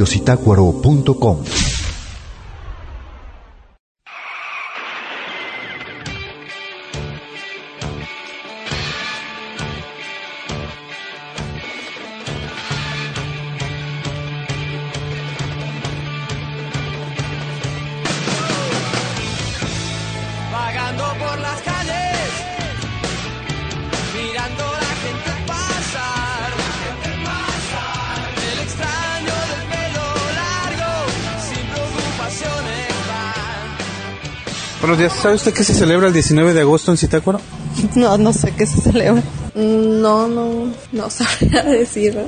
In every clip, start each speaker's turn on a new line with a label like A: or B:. A: radiositácuaro.com
B: vagando por las calles, mirando la gente pasar, el extraño del pelo largo, sin preocupaciones van.
C: Buenos días. ¿Sabe usted qué se celebra el 19 de agosto en Zitácuaro?
D: No, no sé qué se celebra. No, no, no sabría decirlo.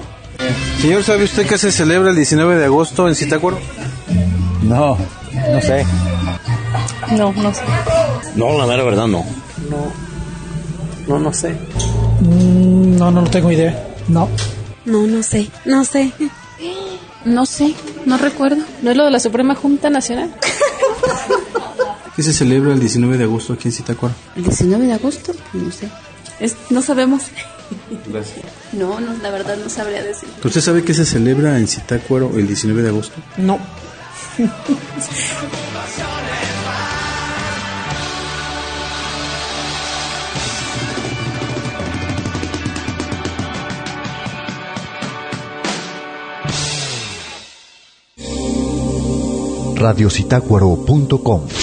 C: Señor, ¿sabe usted qué se celebra el 19 de agosto en Zitácuaro?
E: No, no sé.
D: No, no sé.
E: No, la mera verdad no.
F: No, no, no tengo idea. No.
G: No, no sé, no sé. No sé, no recuerdo. ¿No es lo de la Suprema Junta Nacional?
C: ¿Qué se celebra el 19 de agosto aquí en Zitácuaro?
G: ¿El 19 de agosto? No sé. Es, no sabemos. No, no, la verdad no sabría decir.
C: ¿Usted sabe qué se celebra en Zitácuaro el 19 de agosto?
F: No.
A: radiositácuaro.com